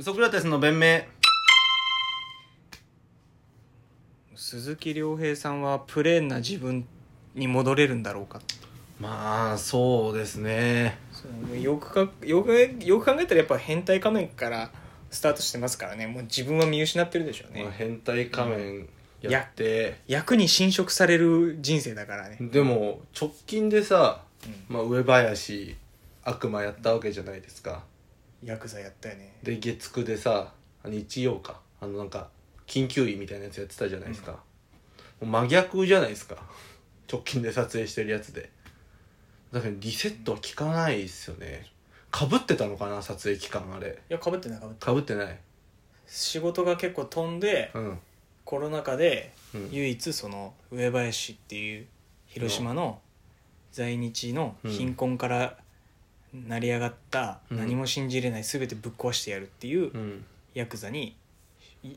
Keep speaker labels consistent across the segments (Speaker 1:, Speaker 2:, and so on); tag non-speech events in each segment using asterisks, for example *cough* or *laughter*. Speaker 1: ソクラテスの弁明
Speaker 2: 鈴木亮平さんはプレーンな自分に戻れるんだろうか
Speaker 1: まあそうですね
Speaker 2: よくかよくよく考えたらやっぱ変態仮面からスタートしてますからねもう自分は見失ってるでしょうね、
Speaker 1: まあ変態仮面やって、
Speaker 2: 役に侵食される人生だからね、
Speaker 1: でも直近でさ、
Speaker 2: う
Speaker 1: まあ、上林悪魔やったわけじゃないですか
Speaker 2: ヤクザやったよね
Speaker 1: で月9でさあ日曜かあのなんか緊急医みたいなやつやってたじゃないですか、もう真逆じゃないですか直近で撮影してるやつでだからリセットは効かないっすよねかぶってたのかな撮影期間あれ
Speaker 2: いやかぶってないかぶってない
Speaker 1: かぶってない
Speaker 2: 仕事が結構飛んで、
Speaker 1: うん
Speaker 2: コロナ禍で
Speaker 1: うん
Speaker 2: 唯一その上林っていう広島の在日の貧困から成り上がった
Speaker 1: うん
Speaker 2: 何も信じれない全てぶっ壊してやるっていう
Speaker 1: うん
Speaker 2: ヤクザにい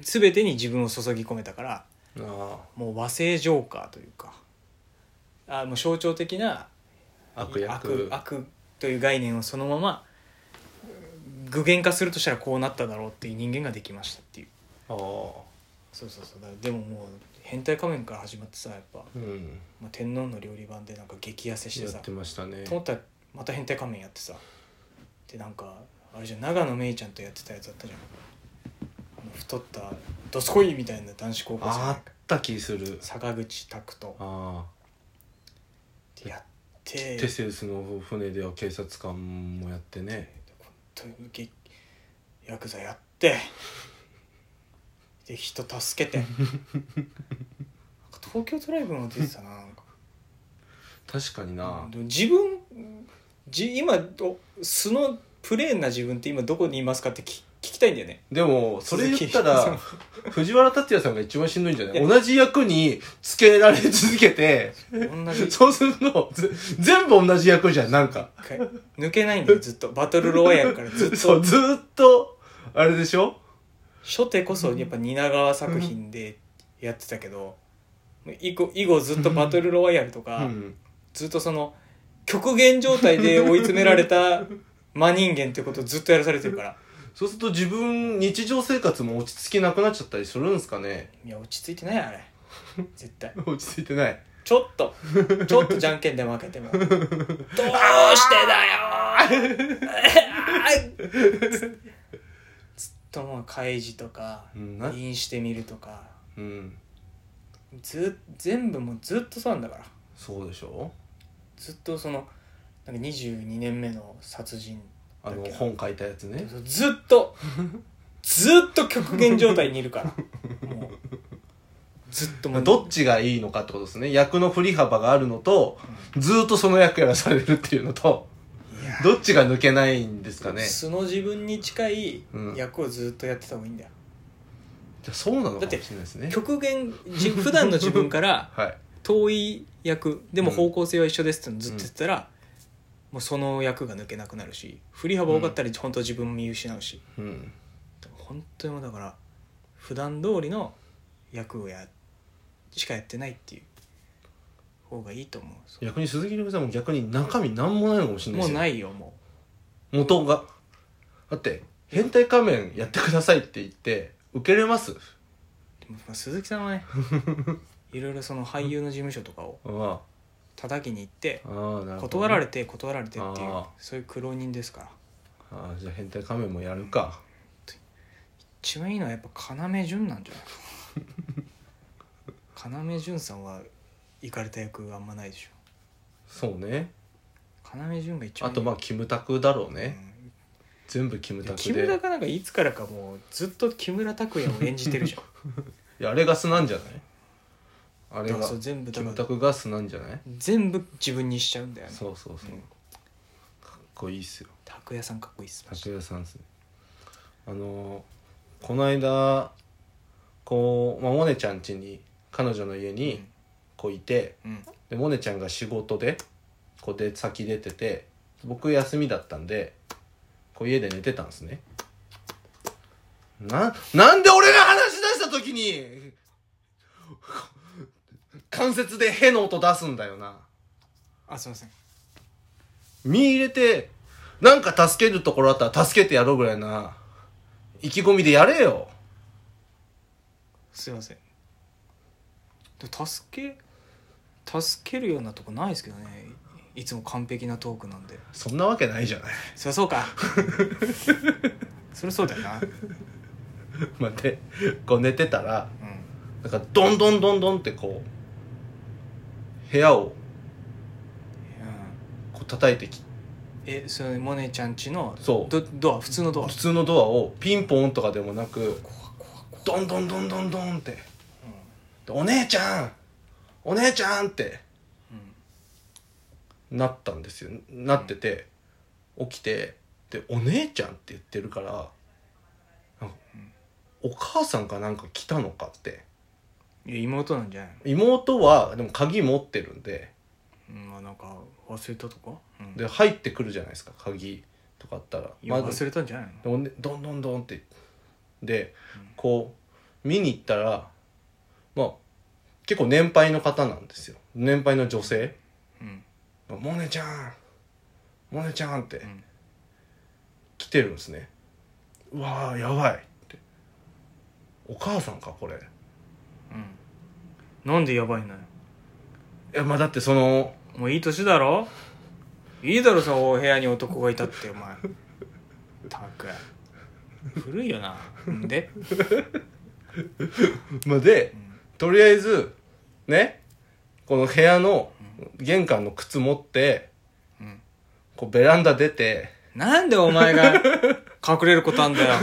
Speaker 2: 全てに自分を注ぎ込めたから
Speaker 1: あ
Speaker 2: もう和製ジョーカーというかあもう象徴的な
Speaker 1: あ悪役
Speaker 2: 悪悪という概念をそのまま具現化するとしたらこうなっただろうっていう人間ができましたっていう
Speaker 1: ああ
Speaker 2: そうそうそうだでももう変態仮面から始まってさやっぱ、
Speaker 1: うん
Speaker 2: まあ、天皇の料理番でなんか激痩せして
Speaker 1: や
Speaker 2: さ
Speaker 1: ってましたね
Speaker 2: と思ったらまた変態仮面やってさでなんかあれじゃん長野めいちゃんとやってたやつだったじゃんあの太ったどすこいみたいな男子高校
Speaker 1: あ
Speaker 2: 生
Speaker 1: った気する
Speaker 2: 坂口拓人
Speaker 1: ああ
Speaker 2: ってやって
Speaker 1: テセウスの船では警察官もやってね
Speaker 2: とげヤクザやってで人助けてなんか東京ドライブも出てたななんか
Speaker 1: 確かにな、
Speaker 2: でも自分じ今お素のプレーンな自分って今どこにいますかってき聞きたいんだよね
Speaker 1: でもそれ言ったら
Speaker 2: 鈴
Speaker 1: 藤原竜也さんが一番しんどいんじゃない
Speaker 2: え
Speaker 1: 同じ役につけられ続けて
Speaker 2: 同じ一
Speaker 1: そうするとぜ全部同じ役じゃんなんか
Speaker 2: 回抜けないんだよずっとバトルロワイヤルからずっ
Speaker 1: そ
Speaker 2: と
Speaker 1: うずーっとあれでしょ
Speaker 2: 初手こそやっぱ蜷川作品でやってたけど以後以後ずっとバトルロワイヤルと
Speaker 1: う
Speaker 2: か、
Speaker 1: ん
Speaker 2: ずっとその極限状態で追い詰められ
Speaker 1: *laughs*
Speaker 2: た真人間ってことをずっとやらされてるから
Speaker 1: そうすると自分日常生活も落ち着きなくなっちゃったりするんですかね
Speaker 2: いや落ち着いてないあれ絶対
Speaker 1: 落ち着いてない
Speaker 2: ちょっとちょっとじゃんけんで負けてもどうしてだよ *laughs* ずっともう開示とか
Speaker 1: うんな
Speaker 2: インしてみるとか
Speaker 1: うん
Speaker 2: ず全部もうずっとそうなんだから
Speaker 1: そうでしょ
Speaker 2: ずっとそのなんか22年目の殺人
Speaker 1: あの
Speaker 2: だっけ
Speaker 1: 本書いたやつね
Speaker 2: ずっとずっと極限状態にいるからもうずっともう
Speaker 1: どっちがいいのかってことですね役の振り幅があるのとずーっとその役やらされるっていうの
Speaker 2: *laughs*
Speaker 1: と
Speaker 2: いや
Speaker 1: どっちが抜けないんですかね
Speaker 2: 素の自分に近い
Speaker 1: うん
Speaker 2: 役をずっとやってた方がいいんだよ、
Speaker 1: じゃあそうなのかもしれないですね
Speaker 2: 極限じ普段の自分から
Speaker 1: *laughs* はい
Speaker 2: 遠い役でも
Speaker 1: うん
Speaker 2: 方向性は一緒ですってのずっと言ってたら、もうその役が抜けなくなるし振り幅多かったり本当自分を見失うし、
Speaker 1: うん
Speaker 2: 本当にもうだから普段通りの役をやしかやってないっていう方がいいと思う
Speaker 1: 逆に鈴木亮さんも逆に中身なんもないのかもしれない
Speaker 2: もうないいよも
Speaker 1: 元がだって変態仮面やってくださいって言って受けれます
Speaker 2: うでもまあ鈴木さんはね *laughs* いろいろその俳優の事務所とかを
Speaker 1: あ
Speaker 2: 叩きに行って
Speaker 1: あああなるほどね
Speaker 2: 断られて断られてっていう
Speaker 1: ああ
Speaker 2: そういう苦労人ですから
Speaker 1: ああじゃあ変態仮面もやるか
Speaker 2: 一番いいのはやっぱ要潤なんじ
Speaker 1: *laughs*
Speaker 2: ゃない要潤さんは行かれた役あんまないでしょ
Speaker 1: そうね
Speaker 2: 要潤が一番
Speaker 1: あ
Speaker 2: いい
Speaker 1: とまあキムタクだろう
Speaker 2: う
Speaker 1: ね
Speaker 2: ん
Speaker 1: 全部キムタク
Speaker 2: 木村
Speaker 1: で
Speaker 2: がなんかいつからかもうずっと木村拓哉を演じてるじゃん
Speaker 1: いやあれが素なんじゃない *laughs* あれ
Speaker 2: だから
Speaker 1: が
Speaker 2: そう全部
Speaker 1: キ
Speaker 2: だ
Speaker 1: ム
Speaker 2: か
Speaker 1: タ
Speaker 2: ら
Speaker 1: クが素なんじゃない
Speaker 2: 全部自分にしちゃうんだよね
Speaker 1: そうそうそう、
Speaker 2: うん
Speaker 1: かっこいいっすよ
Speaker 2: 拓哉さんかっこいいっす
Speaker 1: 拓哉さんですねあのーこの間こう、まあ、モネちゃん家に彼女の家にこういて、
Speaker 2: うん
Speaker 1: でモネちゃんが仕事でこうで先出てて僕休みだったんでこう家で寝てたんですねななんで俺が話し出した時に関節で「へ」の音出すんだよな
Speaker 2: あすいません
Speaker 1: 身入れてなんか助けるところあったら助けてやろうぐらいな意気込みでやれよ
Speaker 2: すいませんでも助け助けるようなとこないですけどねいいつも完璧なトークなんで
Speaker 1: そんなわけないじゃない *laughs*
Speaker 2: そりゃそうかそりゃそうだよな
Speaker 1: 待ってこう寝てたら
Speaker 2: う
Speaker 1: なんかどんどんどんどんってこう部屋を
Speaker 2: ん、うん、
Speaker 1: こう叩いてき
Speaker 2: えそれモネちゃんちの
Speaker 1: そう
Speaker 2: どドア普通のドア
Speaker 1: 普通のドアをピンポンとかでもなく
Speaker 2: 怖怖怖
Speaker 1: どんどんどんどんどんって「でお姉ちゃんお姉ちゃん!」ってなったんですよなってて、起きてで「お姉ちゃん」って言ってるからなんかお母さんかなんか来たのかって
Speaker 2: うんいや妹なんじゃない
Speaker 1: 妹はでも鍵持ってるんで
Speaker 2: の、うん、まあなんか忘れたとか、うん、
Speaker 1: で入ってくるじゃないですか鍵とかあったら
Speaker 2: いや
Speaker 1: ず
Speaker 2: 忘れたんじゃないの
Speaker 1: でおねどんどんどんってでこう見に行ったらまあ結構年配の方なんですよ年配の女性
Speaker 2: うん
Speaker 1: 「モネちゃんモネちゃん」って
Speaker 2: ん
Speaker 1: 来てるんですねうわーやばいってお母さんかこれ
Speaker 2: うんなんでやばいのよ
Speaker 1: いやまあだってその
Speaker 2: もういい年だろいいだろさお部屋に男がいたってお前たく古いよなんで、
Speaker 1: まあで
Speaker 2: うん
Speaker 1: とりあえずねこの部屋の玄関の靴持って
Speaker 2: うん、
Speaker 1: こうベランダ出て
Speaker 2: なんでお前が隠れることあんだよ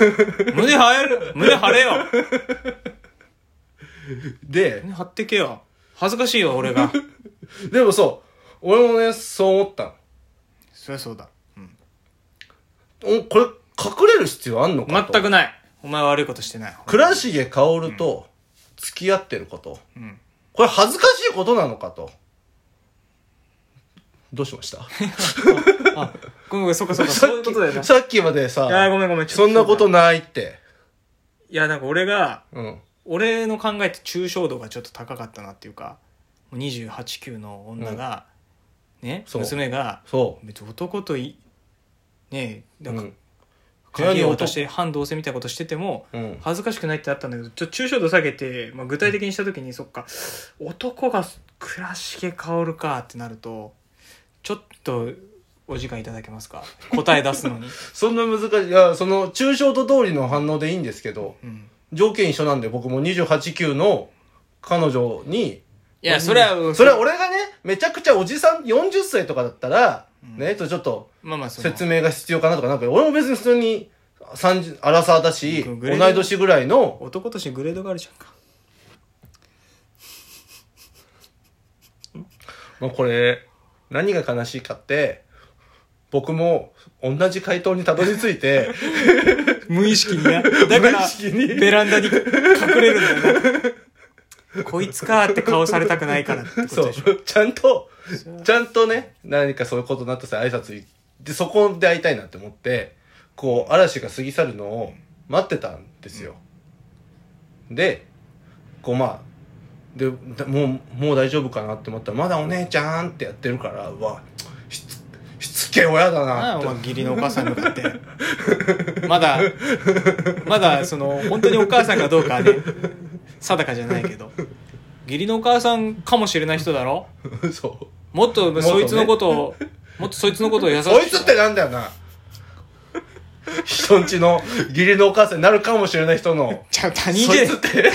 Speaker 2: 胸張れる胸張れよ
Speaker 1: で
Speaker 2: ね貼ってけよ恥ずかしいよ俺が
Speaker 1: でもそう俺もねそう思った
Speaker 2: そりゃそうだ、うん、
Speaker 1: のおこれ隠れる必要あんのかと
Speaker 2: 全くないお前は悪いことしてない
Speaker 1: 倉重薫と付き合ってること
Speaker 2: うん
Speaker 1: これ恥ずかしいことなのかとどうしました
Speaker 2: あごめんごめんそっかそ *laughs* っか
Speaker 1: さ
Speaker 2: そうい
Speaker 1: っ
Speaker 2: う
Speaker 1: き
Speaker 2: ことだよ
Speaker 1: *laughs*
Speaker 2: な
Speaker 1: さっきまでさ
Speaker 2: いやごめんごめんちょっと
Speaker 1: そんなことないって
Speaker 2: いやなんか俺が
Speaker 1: うん
Speaker 2: 俺の考えって抽象度がちょっと高かったなっていうか289の女が、ね
Speaker 1: そう
Speaker 2: 娘が
Speaker 1: そ
Speaker 2: 別に男といねえ
Speaker 1: う、う
Speaker 2: なんか
Speaker 1: ん、
Speaker 2: 鍵を渡して反同性みたいなことしてても
Speaker 1: うん、
Speaker 2: 恥ずかしくないってあったんだけどちょっと抽象度下げて、まあ、具体的にした時に、そっか男が倉重薫かってなるとちょっとお時間いただけますか答え出すのに、
Speaker 1: そんな難しいいやその抽象度通りの反応でいいんですけど *laughs*
Speaker 2: うん、
Speaker 1: 条件一緒なんで僕も28級の彼女に
Speaker 2: いやそれは
Speaker 1: それは俺がねめちゃくちゃおじさん40歳とかだったら、
Speaker 2: うん
Speaker 1: ねとちょっと
Speaker 2: まあまあその
Speaker 1: 説明が必要かなとかなんか俺も別に普通に30アラサーだし同
Speaker 2: グレード
Speaker 1: い年ぐらいの
Speaker 2: 男としてグレードがあるじゃんか
Speaker 1: まあ、これ何が悲しいかって僕も同じ回答にたどり着いて
Speaker 2: 無意識にな。 *laughs* だか
Speaker 1: 無意
Speaker 2: ら、
Speaker 1: 識に
Speaker 2: ベランダに隠れるんだよな。こいつかーって顔されたくないからってこと
Speaker 1: そ
Speaker 2: で
Speaker 1: う
Speaker 2: しょ。
Speaker 1: ちゃんと
Speaker 2: それは
Speaker 1: ちゃんとね何かそういうことになった際挨拶行ってそこで会いたいなって思ってこう嵐が過ぎ去るのを待ってたんですよ、でこうまあでだもうもう大丈夫かなって思ったらまだお姉ちゃんってやってるからうわしつしつけ親だ
Speaker 2: な
Speaker 1: な
Speaker 2: あ
Speaker 1: っ
Speaker 2: お
Speaker 1: て
Speaker 2: 前義理のお母さんに向かって。まだ、まだ、その、本当にお母さんかどうかはね、定かじゃないけど。義理のお母さんかもしれない人だろ
Speaker 1: *laughs* そう
Speaker 2: もっと、
Speaker 1: ね
Speaker 2: そいつのことを、もっとそいつのことを優しく。
Speaker 1: こいつってなんだよな。人んちの義理のお母さんになるかもしれない人
Speaker 2: *laughs*
Speaker 1: の。
Speaker 2: じゃあ他人
Speaker 1: そ
Speaker 2: じゃ
Speaker 1: い
Speaker 2: ね
Speaker 1: つって。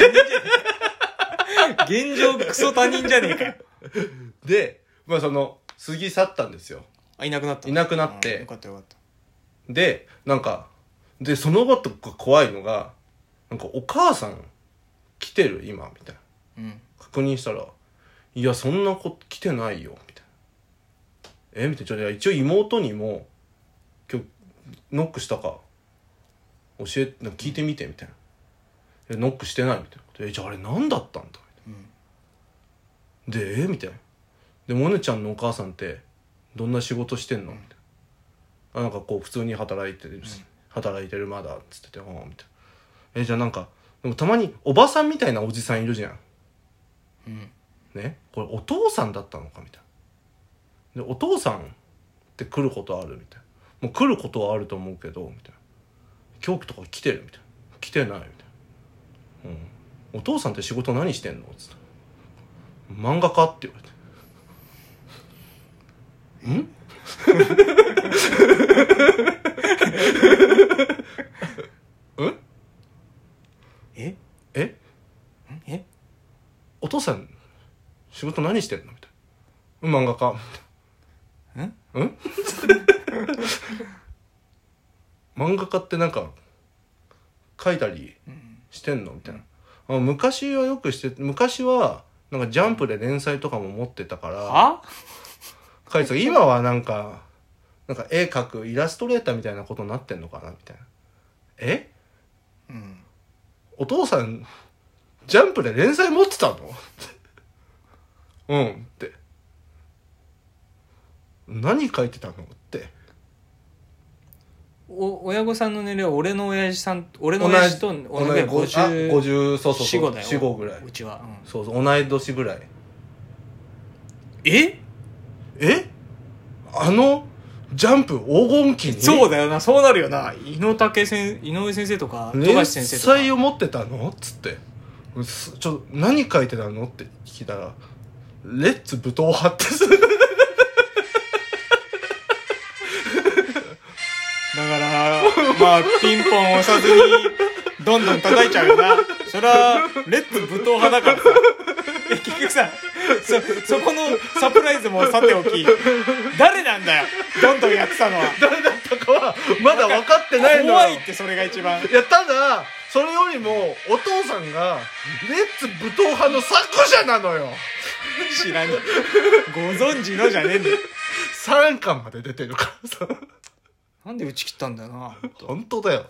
Speaker 2: え。現状クソ他人じゃねえかよ。
Speaker 1: で、まあその、過ぎ去ったんですよ。
Speaker 2: あ、いなくなった。
Speaker 1: いなくなって
Speaker 2: うんよかったよかった。
Speaker 1: で、なんか、で、その後が怖いのが、なんかお母さん来てる今、みたいな。
Speaker 2: うん。
Speaker 1: 確認したら、いや、そんなこと来てないよ、みたいな。えみたいな。ちょっといや一応妹にも、今日、ノックしたか、教え、なんか聞いてみて、みたいな。えノックしてない、みたいなこと。え、じゃああれ何だったんだ
Speaker 2: うん。
Speaker 1: みたいな。で、えみたいな。で、モネちゃんのお母さんって、どんな仕事してんのみたいな。あ、なんかこう、普通に働いてる、働いてるまだ、つってて、ああ、みたいな。え、じゃあなんか、でもたまにおばさんみたいなおじさんいるじゃん。
Speaker 2: うん。
Speaker 1: ねこれお父さんだったのかみたいなでお父さんって来ることあるみたいなもう来ることはあると思うけどみたいな狂気とか来てるみたいな来てない」みたいな、うん「お父さんって仕事何してんの?」っつったら漫画家」って言われて「んうん
Speaker 2: え
Speaker 1: え
Speaker 2: んえ
Speaker 1: お父さん仕事何してんの?」みたいなうん「漫画家」
Speaker 2: ん
Speaker 1: うん *laughs* 漫画家ってなんか書いたりしてんのみたいな、あ昔はよくして昔はなんかジャンプで連載とかも持ってたから
Speaker 2: は
Speaker 1: 書いてた今はなんかなんか絵描くイラストレーターみたいなことになってんのかなみたいなえ
Speaker 2: うん
Speaker 1: お父さん、ジャンプで連載持ってたのうん、って。何書いてたのって。
Speaker 2: お親御さんの年齢は俺の親父さん俺の
Speaker 1: 同
Speaker 2: 親
Speaker 1: じ、
Speaker 2: 父と
Speaker 1: 同じ
Speaker 2: 同じ
Speaker 1: ごあ
Speaker 2: 50
Speaker 1: 50そうそう
Speaker 2: 四
Speaker 1: そう
Speaker 2: 五だよ
Speaker 1: 四五ぐらいう
Speaker 2: ちは、うん
Speaker 1: そうそう同い年ぐらい
Speaker 2: え
Speaker 1: えあのジャンプ黄金期に
Speaker 2: そう
Speaker 1: だ
Speaker 2: だよなそうなるよな井上武先井上先生とか富樫先生とか
Speaker 1: 連載を持ってたのっつってうっすちょ何書いてたのって聞いたら「レッツ武闘派」って
Speaker 2: だから、まあ、ピンポン押さずに、どんどん叩いちゃうよな。それは、レッツ武闘派だからさ。え結局さ、そ、そこのサプライズもさておき、誰なんだよ。どんどんやってたのは。
Speaker 1: *laughs* 誰だったかはまだ分かってないのよ
Speaker 2: 怖いってそれが一番。
Speaker 1: いやただそれよりもお父さんがレッツ武闘派の作者なのよ
Speaker 2: 知らん。ご存知のじゃねえんだよ。
Speaker 1: 3巻まで出てるからさ *laughs*
Speaker 2: なんで打ち切ったんだよな。
Speaker 1: 本当だよ